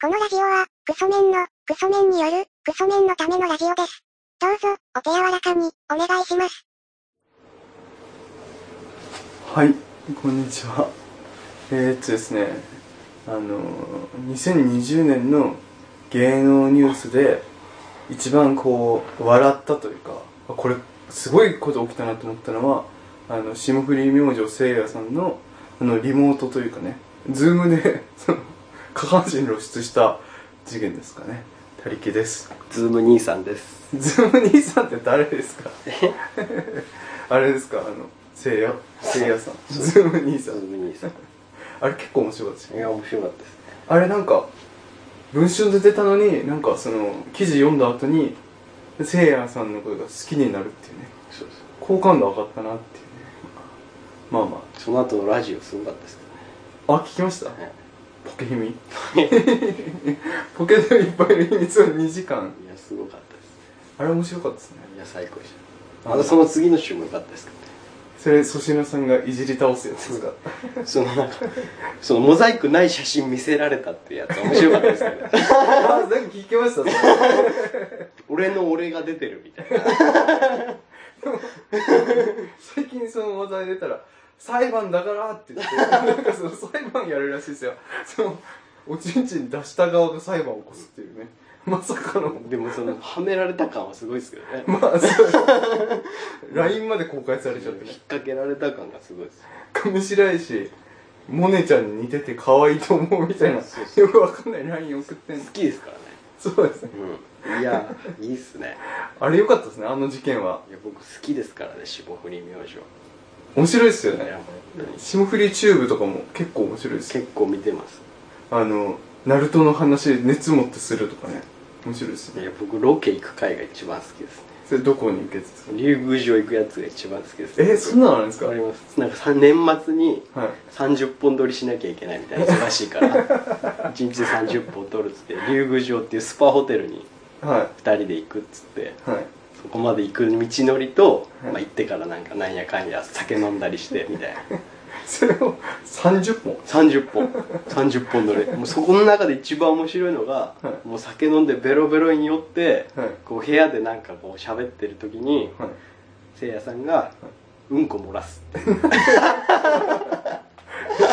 このラジオは、クソメンの、クソメンによる、クソメンのためのラジオです。どうぞ、お手柔らかに、お願いします。はい、こんにちは。えー、っとですね、あのー、2020年の芸能ニュースで、一番こう、笑ったというか、あこれ、すごいこと起きたなと思ったのは、あの、霜降り明星せいやさんの、あの、リモートというかね、ズームで、その、下半身露出した事件ですかね。他力です。ズーム兄さんです。ズーム兄さんって誰ですかあれですかあのせいやせいやさんズーム兄さズんーム兄さん。あれ結構面白かったしいや、面白かったですね。あれなんか文春で出たのになんかその記事読んだ後にせいやさんのことが好きになるっていうねそうです。好感度上がったなっていうねまあまその後のラジオすごかったですああ聞きましたね。ポケミいポケでいっぱいの秘密を2時間や、すごかったです。あれ面白かったですねいや、最高でした。またその次の週も良かったですけどね。それ粗品さんがいじり倒すやつですかその なんか、そのモザイクない写真見せられたってやつ面白かったですけど、あね、なんか聞きましたそれ俺の俺が出てるみたいな。最近その話題出たら裁判だからって言ってなんかその裁判やるらしいですよそのおちんちん出した側が裁判を起こすっていうねまさかのでもその、はめられた感はすごいですけどね。まあそう LINE まで公開されちゃ引ってねっ掛けられた感がすごいです。上白石モネちゃんに似てて可愛いと思うみたいなそうそうよくわかんない LINE 送ってんの好きですからね。そうですねうん。いや、いいっすね。あれ良かったですねあの事件はいや、僕好きですからね、霜降り明星。面白いですよいやね本当に霜降りチューブとかも結構面白いですよ結構見てますあのナルトの話熱持ってするとかね面白いですねいや僕ロケ行く回が一番好きですねそれどこに受けてたんですか竜宮城行くやつが一番好きですえそんなのあるんですかわかはいりますなんかさ年末にはい30本撮りしなきゃいけないみたいな忙しいから 1日で30本撮るっつって竜宮城っていうスパホテルには2人で行くっつっていそこまで行く道のりと、はいまあ、行ってからなんかなんやかんや酒飲んだりしてみたいなそれを30本30本30本撮りもうそこの中で一番面白いのが、はいもう酒飲んでベロベロに酔って、はいこう部屋でなんかこう喋ってる時にはいせいやさんが「うんこ漏らす」ってめ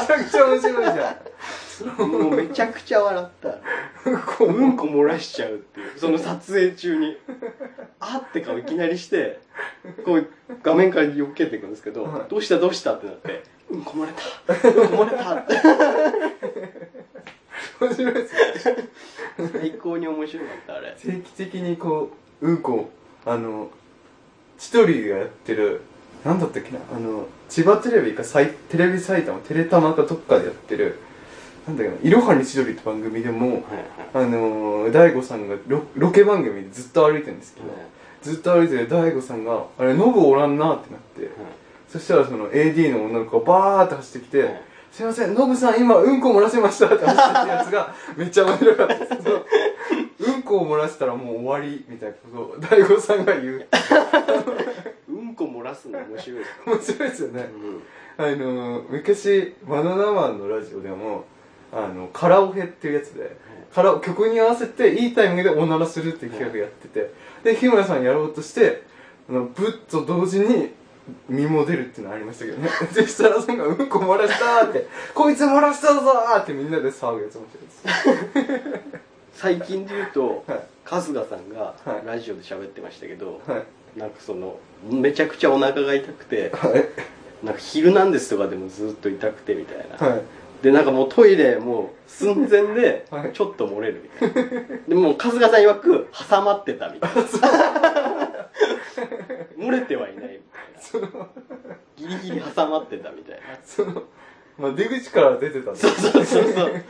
ちゃくちゃ面白いじゃん もうめちゃくちゃ笑ったうんこ漏らしちゃうっていうその撮影中に「あっ」て顔いきなりしてこう画面から避けていくんですけどはい「どうしたどうした」ってなって「うんこ漏れたうんこ漏れた」って面白いですね最高に面白かったあれ定期的にこううんこあの千鳥がやってるなんだったっけなあの千葉テレビかさいテレビ埼玉テレタマかどっかでやってるなんだっけないろはに千鳥って番組でもはいはいあのー、大悟さんがロロケ番組でずっと歩いてるんですけど、ずっと歩いてて大悟さんが「あれノブおらんな」ってなって、そしたらその AD の女の子がバーって走ってきて、はいすいません、ノブさん今うんこ漏らしましたって走ってるやつ がめっちゃ面白かったです。そのうんこを漏らしたらもう終わりみたいなことを大悟さんが言う。うんこ漏らすの面白いですよ面白いですよねう。んあのー、昔、バナナマンのラジオでも、あの、カラオケっていうやつで、カラオ曲に合わせていいタイミングでおならするっていう企画やってて、で、日村さんやろうとして、あの、ブッと同時に、身も出るっていうのありました けどね。で、設楽さんがうんこ漏らしたーって、こいつ漏らしたぞーってみんなで騒ぐやつ面白いです。最近で言うとはい春日さんがはいラジオで喋ってましたけどはい。 なんかそのめちゃくちゃお腹が痛くてはい。なんか「ヒルナンデス」とかでもずっと痛くてみたいな、はい。でなんかもうトイレもう寸前ではいちょっと漏れるみたいな、でもう春日さん曰く挟まってたみたいな漏れてはいないみたいなギリギリ挟まってたみたいなその、まあ、出口から出てたんですそうそうそうそう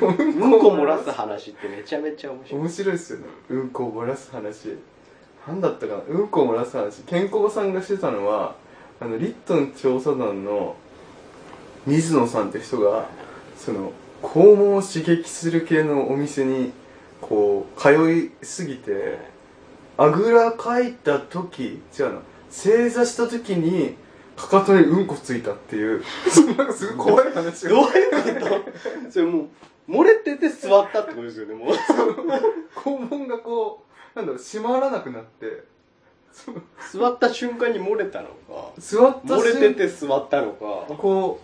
うんこ漏らす話ってめちゃめちゃ 面白い面白いっすよねうんこを漏らす話なんだったかなうんこを漏らす話健康さんがしてたのはあのリットン調査団の水野さんって人がその肛門を刺激する系のお店にこう通いすぎてあぐらかいた時違うな正座した時にかかとにうんこついたっていうなんかすごい怖い話がどういうことそれもう漏れてて座ったってことですよね、もう。肛門がこう、なんだろう、閉まらなくなって、その座った瞬間に漏れたのか、座った漏れて瞬て座ったのか、こ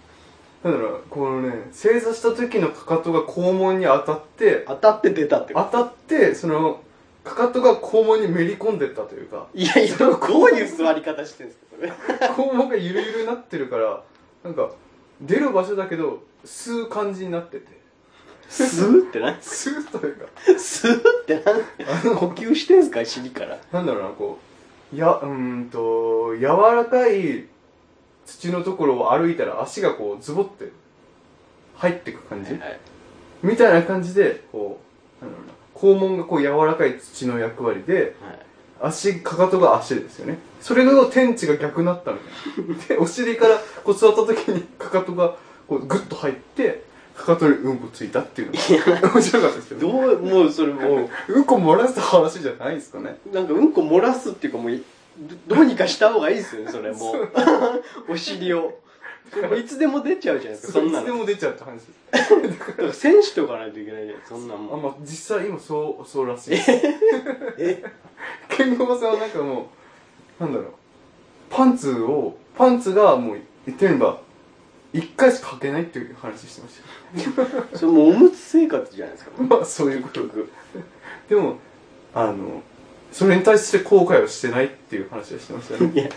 う、なんだろう、このね、正座した時のかかとが肛門に当たって、当たって出たってこ当と。たって、その、かかとが肛門にめり込んでったというか、 いやいや、どういう座り方してんですか、それ。肛門がゆるゆるになってるから、なんか、出る場所だけど、吸う感じになってて、スーってな吸うというか、スーってな呼吸してんすか、尻から。なんだろうな、こう、や、うーんと、柔らかい土のところを歩いたら足がこう、ズボって入ってく感じい。みたいな感じで、こう、なんだろうな、肛門がこう柔らかい土の役割で、はい足、かかとが足ですよね。それが天地が逆になったみた いな。で、お尻からこう座った時にかかとがこうグッと入って、かかとにうんこついたっていうのが面白かったですけど、どう、もうそれもうんこ漏らした話じゃないですかね。う、なんかうんこ漏らすっていうかもう、どどうにかした方がいいですよね、それもう。 お尻を。いつでも出ちゃうじゃないですか、そんないつでの。も出ちゃうって話です。だから選手とかないといけないじゃないそんなんあもん。まあ、実際今そうそうらしいですえ健吾さんはなんかもうなんだろうパンツをパンツがもう言ってみれば一回しか履けないっていう話してましそれもうおむつ生活じゃないですか。た まあそういうこと結局。でもあのそれに対して後悔はしてないっていう話はしてましたねいや、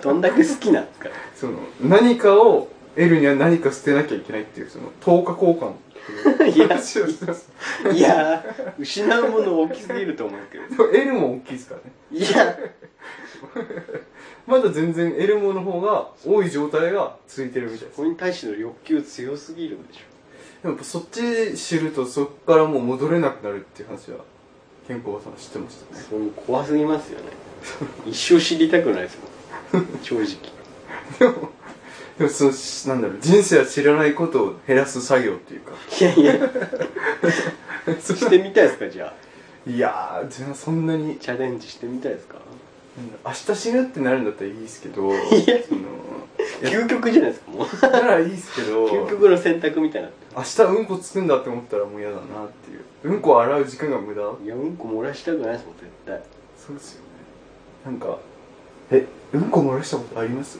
どんだけ好きなんですか。その何かを得るには何か捨てなきゃいけないっていうその等価交換っていう話をしてますいや、失うもの大きすぎると思うけど。でも得るも大きいですからねいや、まだ全然得るものの方が多い状態が続いてるみたいですこれに対しての欲求強すぎるんでしょ。でもやっぱそっち知るとそこからもう戻れなくなるっていう話は健康さんは知ってましたねそれも怖すぎますよね。一生知りたくないですもん。正直。でもそのしなんだろう人生は知らないことを減らす作業っていうかいやいや、してみたいですか、じゃあ。いやーじゃあそんなにチャレンジしてみたいですか。なんだろう明日死ぬってなるんだったらいいですけどやそのいや究極じゃないですか、もう。ならいいですけど究極の選択みたいになって明日うんこつくんだって思ったらもう嫌だなっていううんこを洗う時間が無駄る。いや、うんこ漏らしたくないですもん、絶対。そうですよねなんかえうんこ漏らしたことあります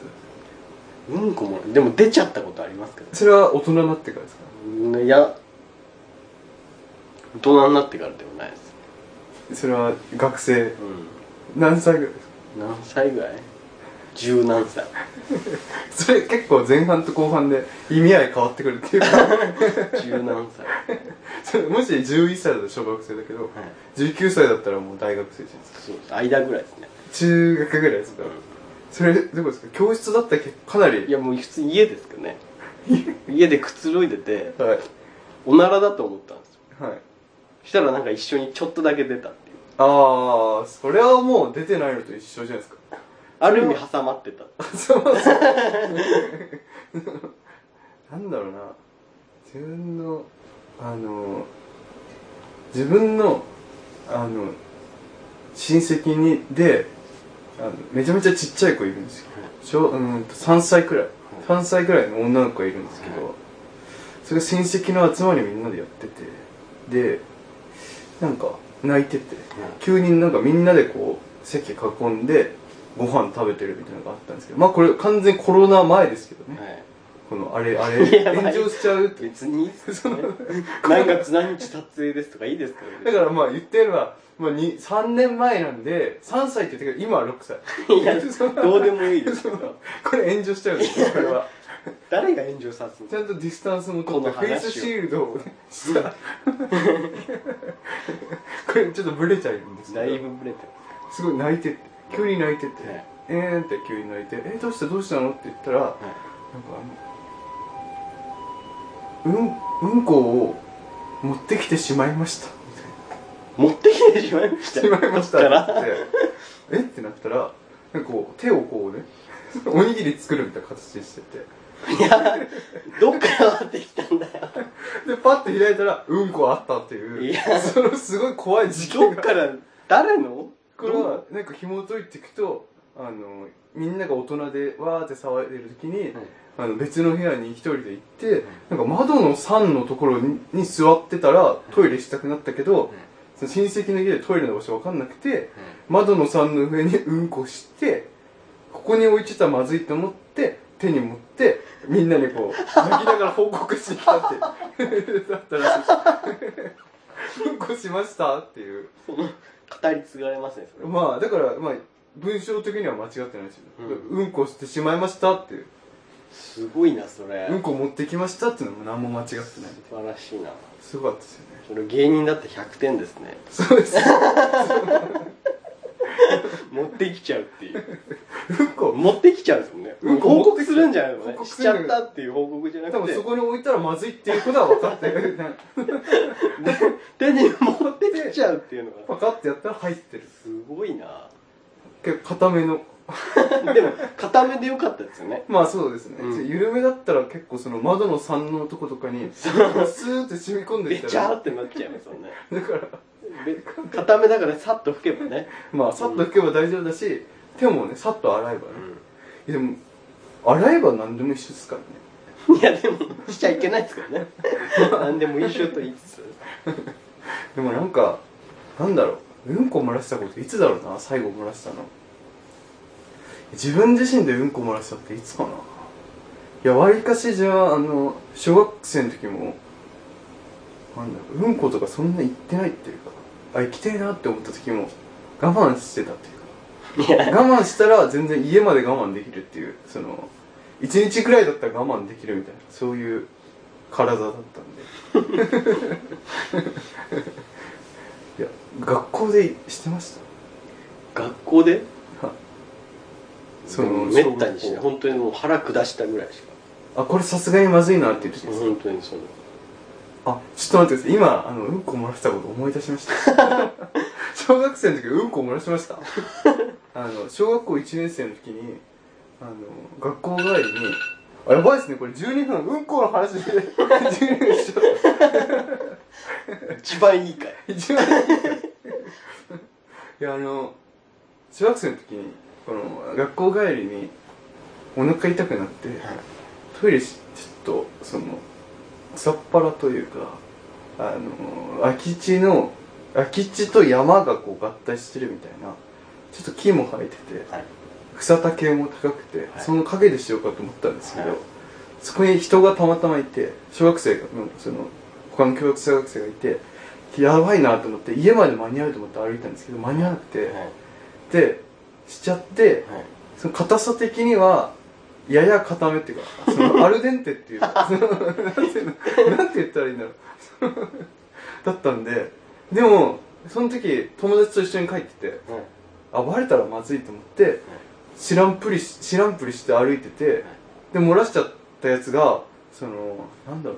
うんこ漏ら、でも出ちゃったことありますけど。それは大人になってからですかうんいや、大人になってからでもないです。それは学生う何歳ぐらいですかん。何歳ぐらい十何 歳。それ結構前半と後半で意味合い変わってくるっていうか 十何歳。それもし11歳だと小学生だけどはい。 19歳だったらもう大学生じゃないですかそうです。間ぐらいですね。中学ぐらいですからそれどこですか教室だったら結構かないりやもう普通に家ですけどね家でくつろいでてはいおならだと思ったんですよはいしたらなんか一緒にちょっとだけ出たっていうああそれはもう出てないのと一緒じゃないですかある意味挟まってたそうそうなんだろうな自分のあの自分のあの親戚にであのめちゃめちゃちっちゃい子いるんですよ小うんと3歳くらい3歳くらいの女の子がいるんですけどそれが親戚の集まりみんなでやっててでなんか泣いてて急になんかみんなでこう席囲んでご飯食べてるみたいなのがあったんですけどまあこれ完全にコロナ前ですけどねはいこのあれあ いれや炎上しちゃうって別にいいっすそよねの何月何日撮影ですとかいいですかだからまあ言ってれば、まあ、に3年前なんで3歳って言ってけど今は6歳らいやどうでもいいですけど これ炎上しちゃうんですよこれは誰が炎上さすんちでゃんとディスタンスも取ってこのフェイ話スをシールドをねした これちょっとブレちゃうんですすかだけいどぶブレてすごい泣いてて急に泣いてて、はいえーんって急に泣いて「えどうしたどうしたの?」って言ったら、なんかあのうんうんこを持ってきてしまいましたみたいな持ってきてしまいましたしまいましたかっらてえってなったらなんかこう手をこうね おにぎり作るみたいな形にしてていやどっから持ってきたんだ よでパッと開いたらうんこあったっていいうやそのすごい怖い事どっ件がから誰のこれはなんか紐解いていくとあのみんなが大人でわーって騒いでる時に、はいあの別の部屋に一人で行って、なんか窓の3のところにに座ってたらトイレしたくなったけど、その親戚の家でトイレの場所わかんなくて、窓の3の上にうんこしてここに置いてたらまずいと思って手に持ってみんなにこう泣きながら報告しに来たって だったらしい うんこしましたっていうその語り継がれますねそれまあだからまあ文章的には間違ってないし、うんうん、こしてしまいましたっていうすごいなそれ、うんこ持ってきましたっていうのも何も間違ってない素晴らしいなすごかったですよねそれ芸人だって100点ですねそうです持ってきちゃうっていううんこ持ってきちゃうんですもんねうん報告するんじゃないの報ね告しすちるゃったっていう報告じゃな多く分てそこに置いたらまずいっていうことは分かってる なんかで手に持ってきちゃうっていうのがパカッてやったら入ってるすごいな 結構固めのでも固めでよかったですよねまあそうですね、うん緩めだったら結構その窓の3のとことかにスーって染み込んでべきちたゃらーってなっちゃいますよねだからべ固めだからさっと拭けばね、まあさっと拭けば大丈夫だし、手もねさっと洗えばね、うでも洗えば何でも一緒ですからねん、いやでもしちゃいけないですからね何でも一緒と言いつつ でもなんかなんだろううんこ漏らしたこといつだろうな最後漏らしたの自分自身でうんこ漏らしたっていつかないやわりかしじゃああの小学生の時もなんだろううんことかそんな行ってないっていうかあ行きたいなって思った時も我慢してたっていういやか我慢したら全然家まで我慢できるっていうその一日くらいだったら我慢できるみたいなそういう体だったんでいや学校でしてました学校でそでものめったにし小ない学校本当にもう腹下したぐらいしかあこれさすがにまずいなっていう時です本当にそのあちょっと待ってください今あのうんこ漏らしたこと思い出しました 小学生の時うんこ漏らしました あの小学校1年生の時にあの学校帰りにあやばいですねこれ12分うんこの話で12分しちゃった一番いい回一番いいやあの小学生の時にこの学校帰りにお腹痛くなって、トイレしちょっとその草っ腹というかあの空き地の空き地と山がこう合体してるみたいなちょっと木も生えててはい草丈も高くて、はいその陰でしようかと思ったんですけど、はいそこに人がたまたまいて小学生がうんその他の教小学生がいてやばいなと思って家まで間に合うと思って歩いたんですけど間に合わなくて、でしちゃってその硬さ的にはやや固めっていうかそのアルデンテ っていうかそのなんていうのなんて言ったらいいんだろう そのだったんででもその時友達と一緒に帰っててはいあバレたらまずいと思って知らんぷりし知らんぷりして歩いててで漏らしちゃったやつがそのなんだろうな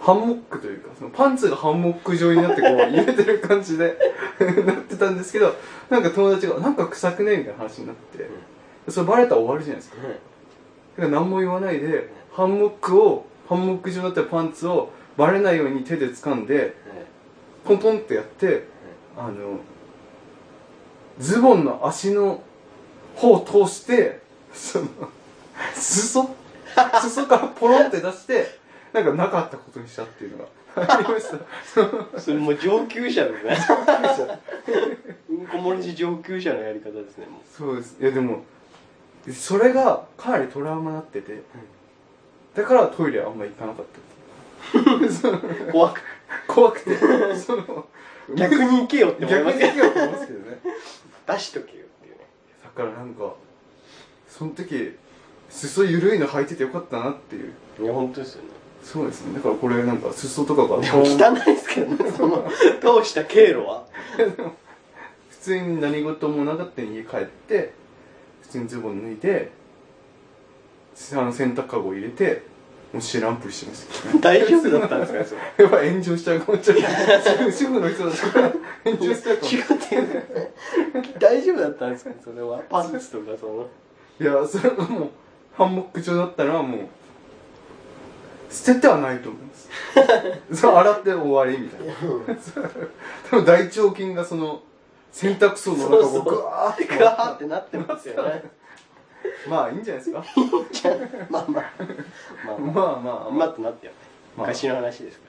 ハンモックというかそのパンツがハンモック状になって こう揺れてる感じで なってたんですけどなんか友達が「なんか臭くね?」みたいな話になって、それバレたら終わるじゃないですかだから何も言わないでハンモックをハンモック状になったパンツをバレないように手で掴んでトントンってやってあのズボンの足の方を通してその裾裾からポロンって出してなんかなかったことにしたっていうのが ありましたそのそれもう上級者ですねびっくりしたうんこ漏らし上級者のやり方ですねもそうですいやでもそれがかなりトラウマになっててだからトイレあんま行かなかった っていうそのう怖く怖くてその逆に行けよって思い逆まにす行ねけよって思うんですけどね出しとけよっていうねだからなんかその時裾緩いの履いててよかったなっていういや本当ですよねそうですねだからこれなんか裾とかがでも汚いですけどねその通した経路は普通に何事もなかったように家帰って普通にズボン脱いであの洗濯カゴ入れてもう知らんぷりしてました大丈夫だったんですかねそ やれっぱ炎上しちゃうかもしれ ない主婦の人だから炎上しちゃうかもしれ違なうっていう大丈夫だったんですかねそれはパンツとかそのいいやそれがもうハンモック状だったらもう捨ててはないと思います そう洗って終わりみたいな多分大腸菌がその洗濯槽の中そうをそうグワーってガーってなってますよねまあいいんじゃないですかじゃあまあまあまあままああまあまあってなってよねまあ昔の話ですか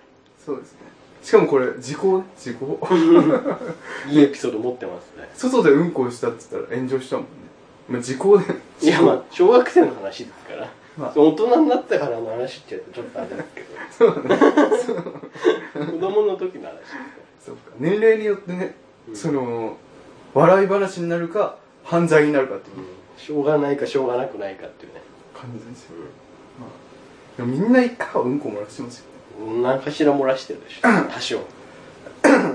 そうですねしかもこれ時効ね時 効らいいエピソード持ってますね外でうんこしたって言ったら炎上したもんねまあ時効でいやまあ小学生の話ですから、まあ大人になってからの話って言うとちょっとあれですけど子供の時の話ですかそうか年齢によってね、うんその笑い話になるか犯罪になるかっていら、う、うんしょうがないかしょうがなくないかっていうね、感じですよ、まあ、でもみんな一回はうんこ漏らしてますようん、何かしら漏らしてるでしょ多少ね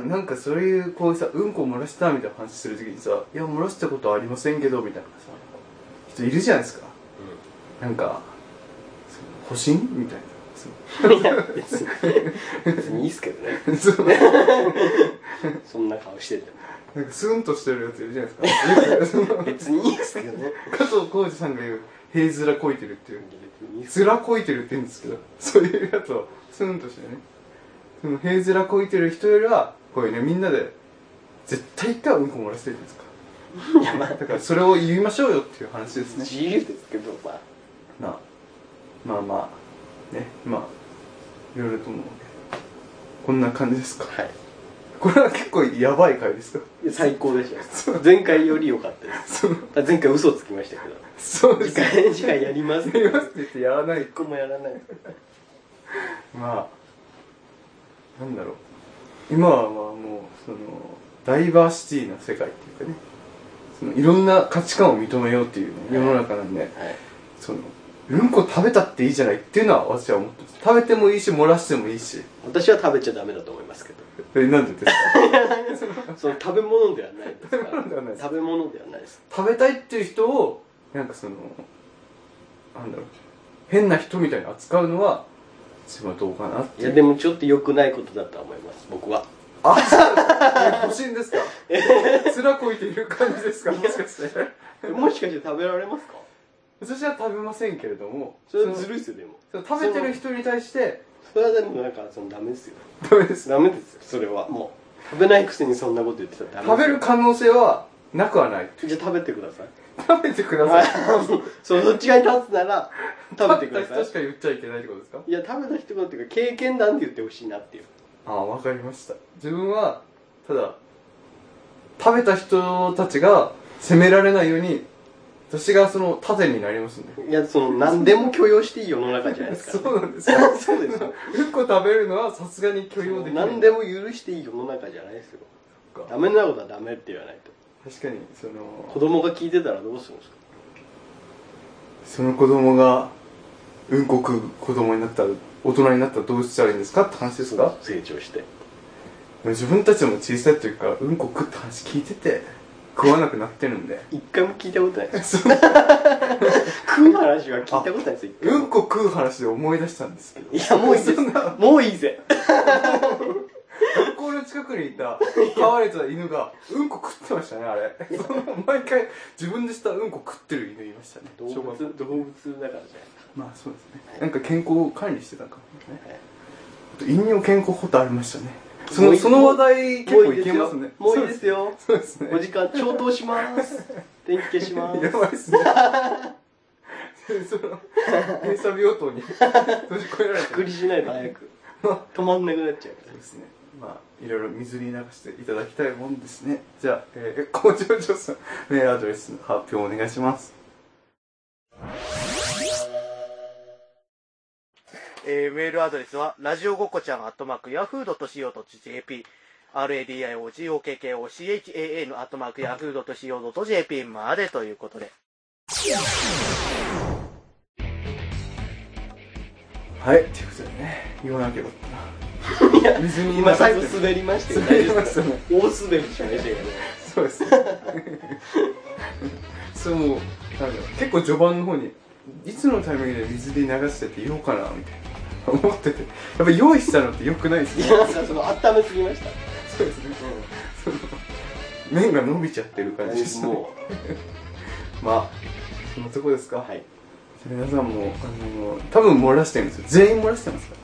なんかそういうこうさうんこ漏らしたみたいな話するときにさ「いや漏らしたことはありませんけど」みたいなさ人いるじゃないですかなんかその「保身?」みたいなそうんいや別に別にいいっすけどねうそうそんな顔し ててなんかスンとしてるやついるじゃないですかよ くそのも別にいいっすけどね加藤浩次さんが言う「平ずらこいてる」っていう別にいいっすずらこいてるって言うんですけどそういうやつをスンとしてねその平ずらこいてる人よりはこういうねみんなで絶対一回はうんこ漏らしてるんですかいやまあだからそれを言いましょうよっていう話ですね自由ですけどまあなあまあまあねまあいろいろともこんな感じですかはいこれは結構やばい回ですかいや最高でしたよ前回より良かったですそうただ前回嘘つきましたけどそうで次すね回次回やりますやりますって言ってやらない一個もやらないまあなんだろう今はまあもうそのダイバーシティな世界っていうかねそのいろんな価値観を認めようっていう、ね、世の中なんではいそのうんこ食べたっていいじゃないっていうのは私は思ってます食べてもいいし漏らしてもいいし私は食べちゃダメだと思いますけどえなんでですかその食べ物ではないですから食べ物ではないです食べ物ではないです食べたいっていう人をなんかそのなんだろう変な人みたいに扱うのは自分はどうかなっていいやうでもちょっと良くないことだとは思います 僕はあ、そうですね。保身ですかつらこいている感じですかもしかして。もしかして食べられますか私は食べませんけれども、それはずるいっすよでもその食べてる人に対して、それはでもなんかそのダメですよダメです。ダメですよそれはもう食べないくせにそんなこと言ってたらダメ食べる可能性はなくはない。じゃあ食べてください 食べてください。そうどっち側に立つなら食べてくだ食べたさ人しか言っちゃいけないってことですかいいや食べた人のっていうか経験談で言ってほしいなっていうああ、わかりました。自分は、ただ、食べた人たちが責められないように、私がその盾になりますんで。いやその何でも許容していい世の中じゃないですそかうなんですよ。 そうですようんこ食べるのはさすがに許容できない。何でも許していい世の中じゃないですよかダメなことはダメって言わないと確かに、その、子供が聞いてたらどうするんですかその子供がうんこ食う子供になったら大人になったらどうしたらいいんですかって話ですか成長して自分たちも小さい時からうんこ食った話聞いてて食わなくなってるん で一回も聞いたことないですそう食う話は聞いたことないです一回うもんこ食う話で思い出したんですけどいやもういいですそんなもういいぜ学校の近くにいた飼われてた犬がうんこ食ってましたねあれその毎回自分でしたうんこ食ってる犬いましたね動物小学校動物だからじまあそうですねなんか健康を管理してたかもねゃなあいと飲尿健康法ってありましたねそもうのいその話題結も構ういいいけですまよすねもういいですよそうですねお時間消灯します電気消しますや ばいっすね。その、閉鎖病棟に閉じ込められて隔離しないと 早く止まんなくなっちゃうかそうですね。まあ、いろいろ水に流していただきたいもんですね。じゃあ、えー、工場長さん、メールアドレスの発表お願いします。えーメールアドレスは、ラジオごっこちゃん、アットマーク、ヤフー .co.jp、radiogokochaa のアットマーク、ヤフー .co.jp までということで。はい、ということでね、言わなきゃよかったな。水らに今最後す滑りましたよ滑大り丈夫までしすたかね。大滑りしましたよねそうですね。 そう、もう、なんだろう結構序盤の方に、いつのタイミングで水に流してて言おうかな、みたいな。思ってて。やっぱ用意したのって良くないですいねや。なんかその温めすぎましたそうですね。その麺が伸びちゃってる感じですねもまあそんなとこですか、うはい皆さんもあの多分漏らしてるんですよ全員漏らしてますか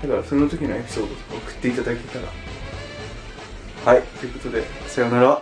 らだからその時のエピソードとか送っていただけたらはいということでさようなら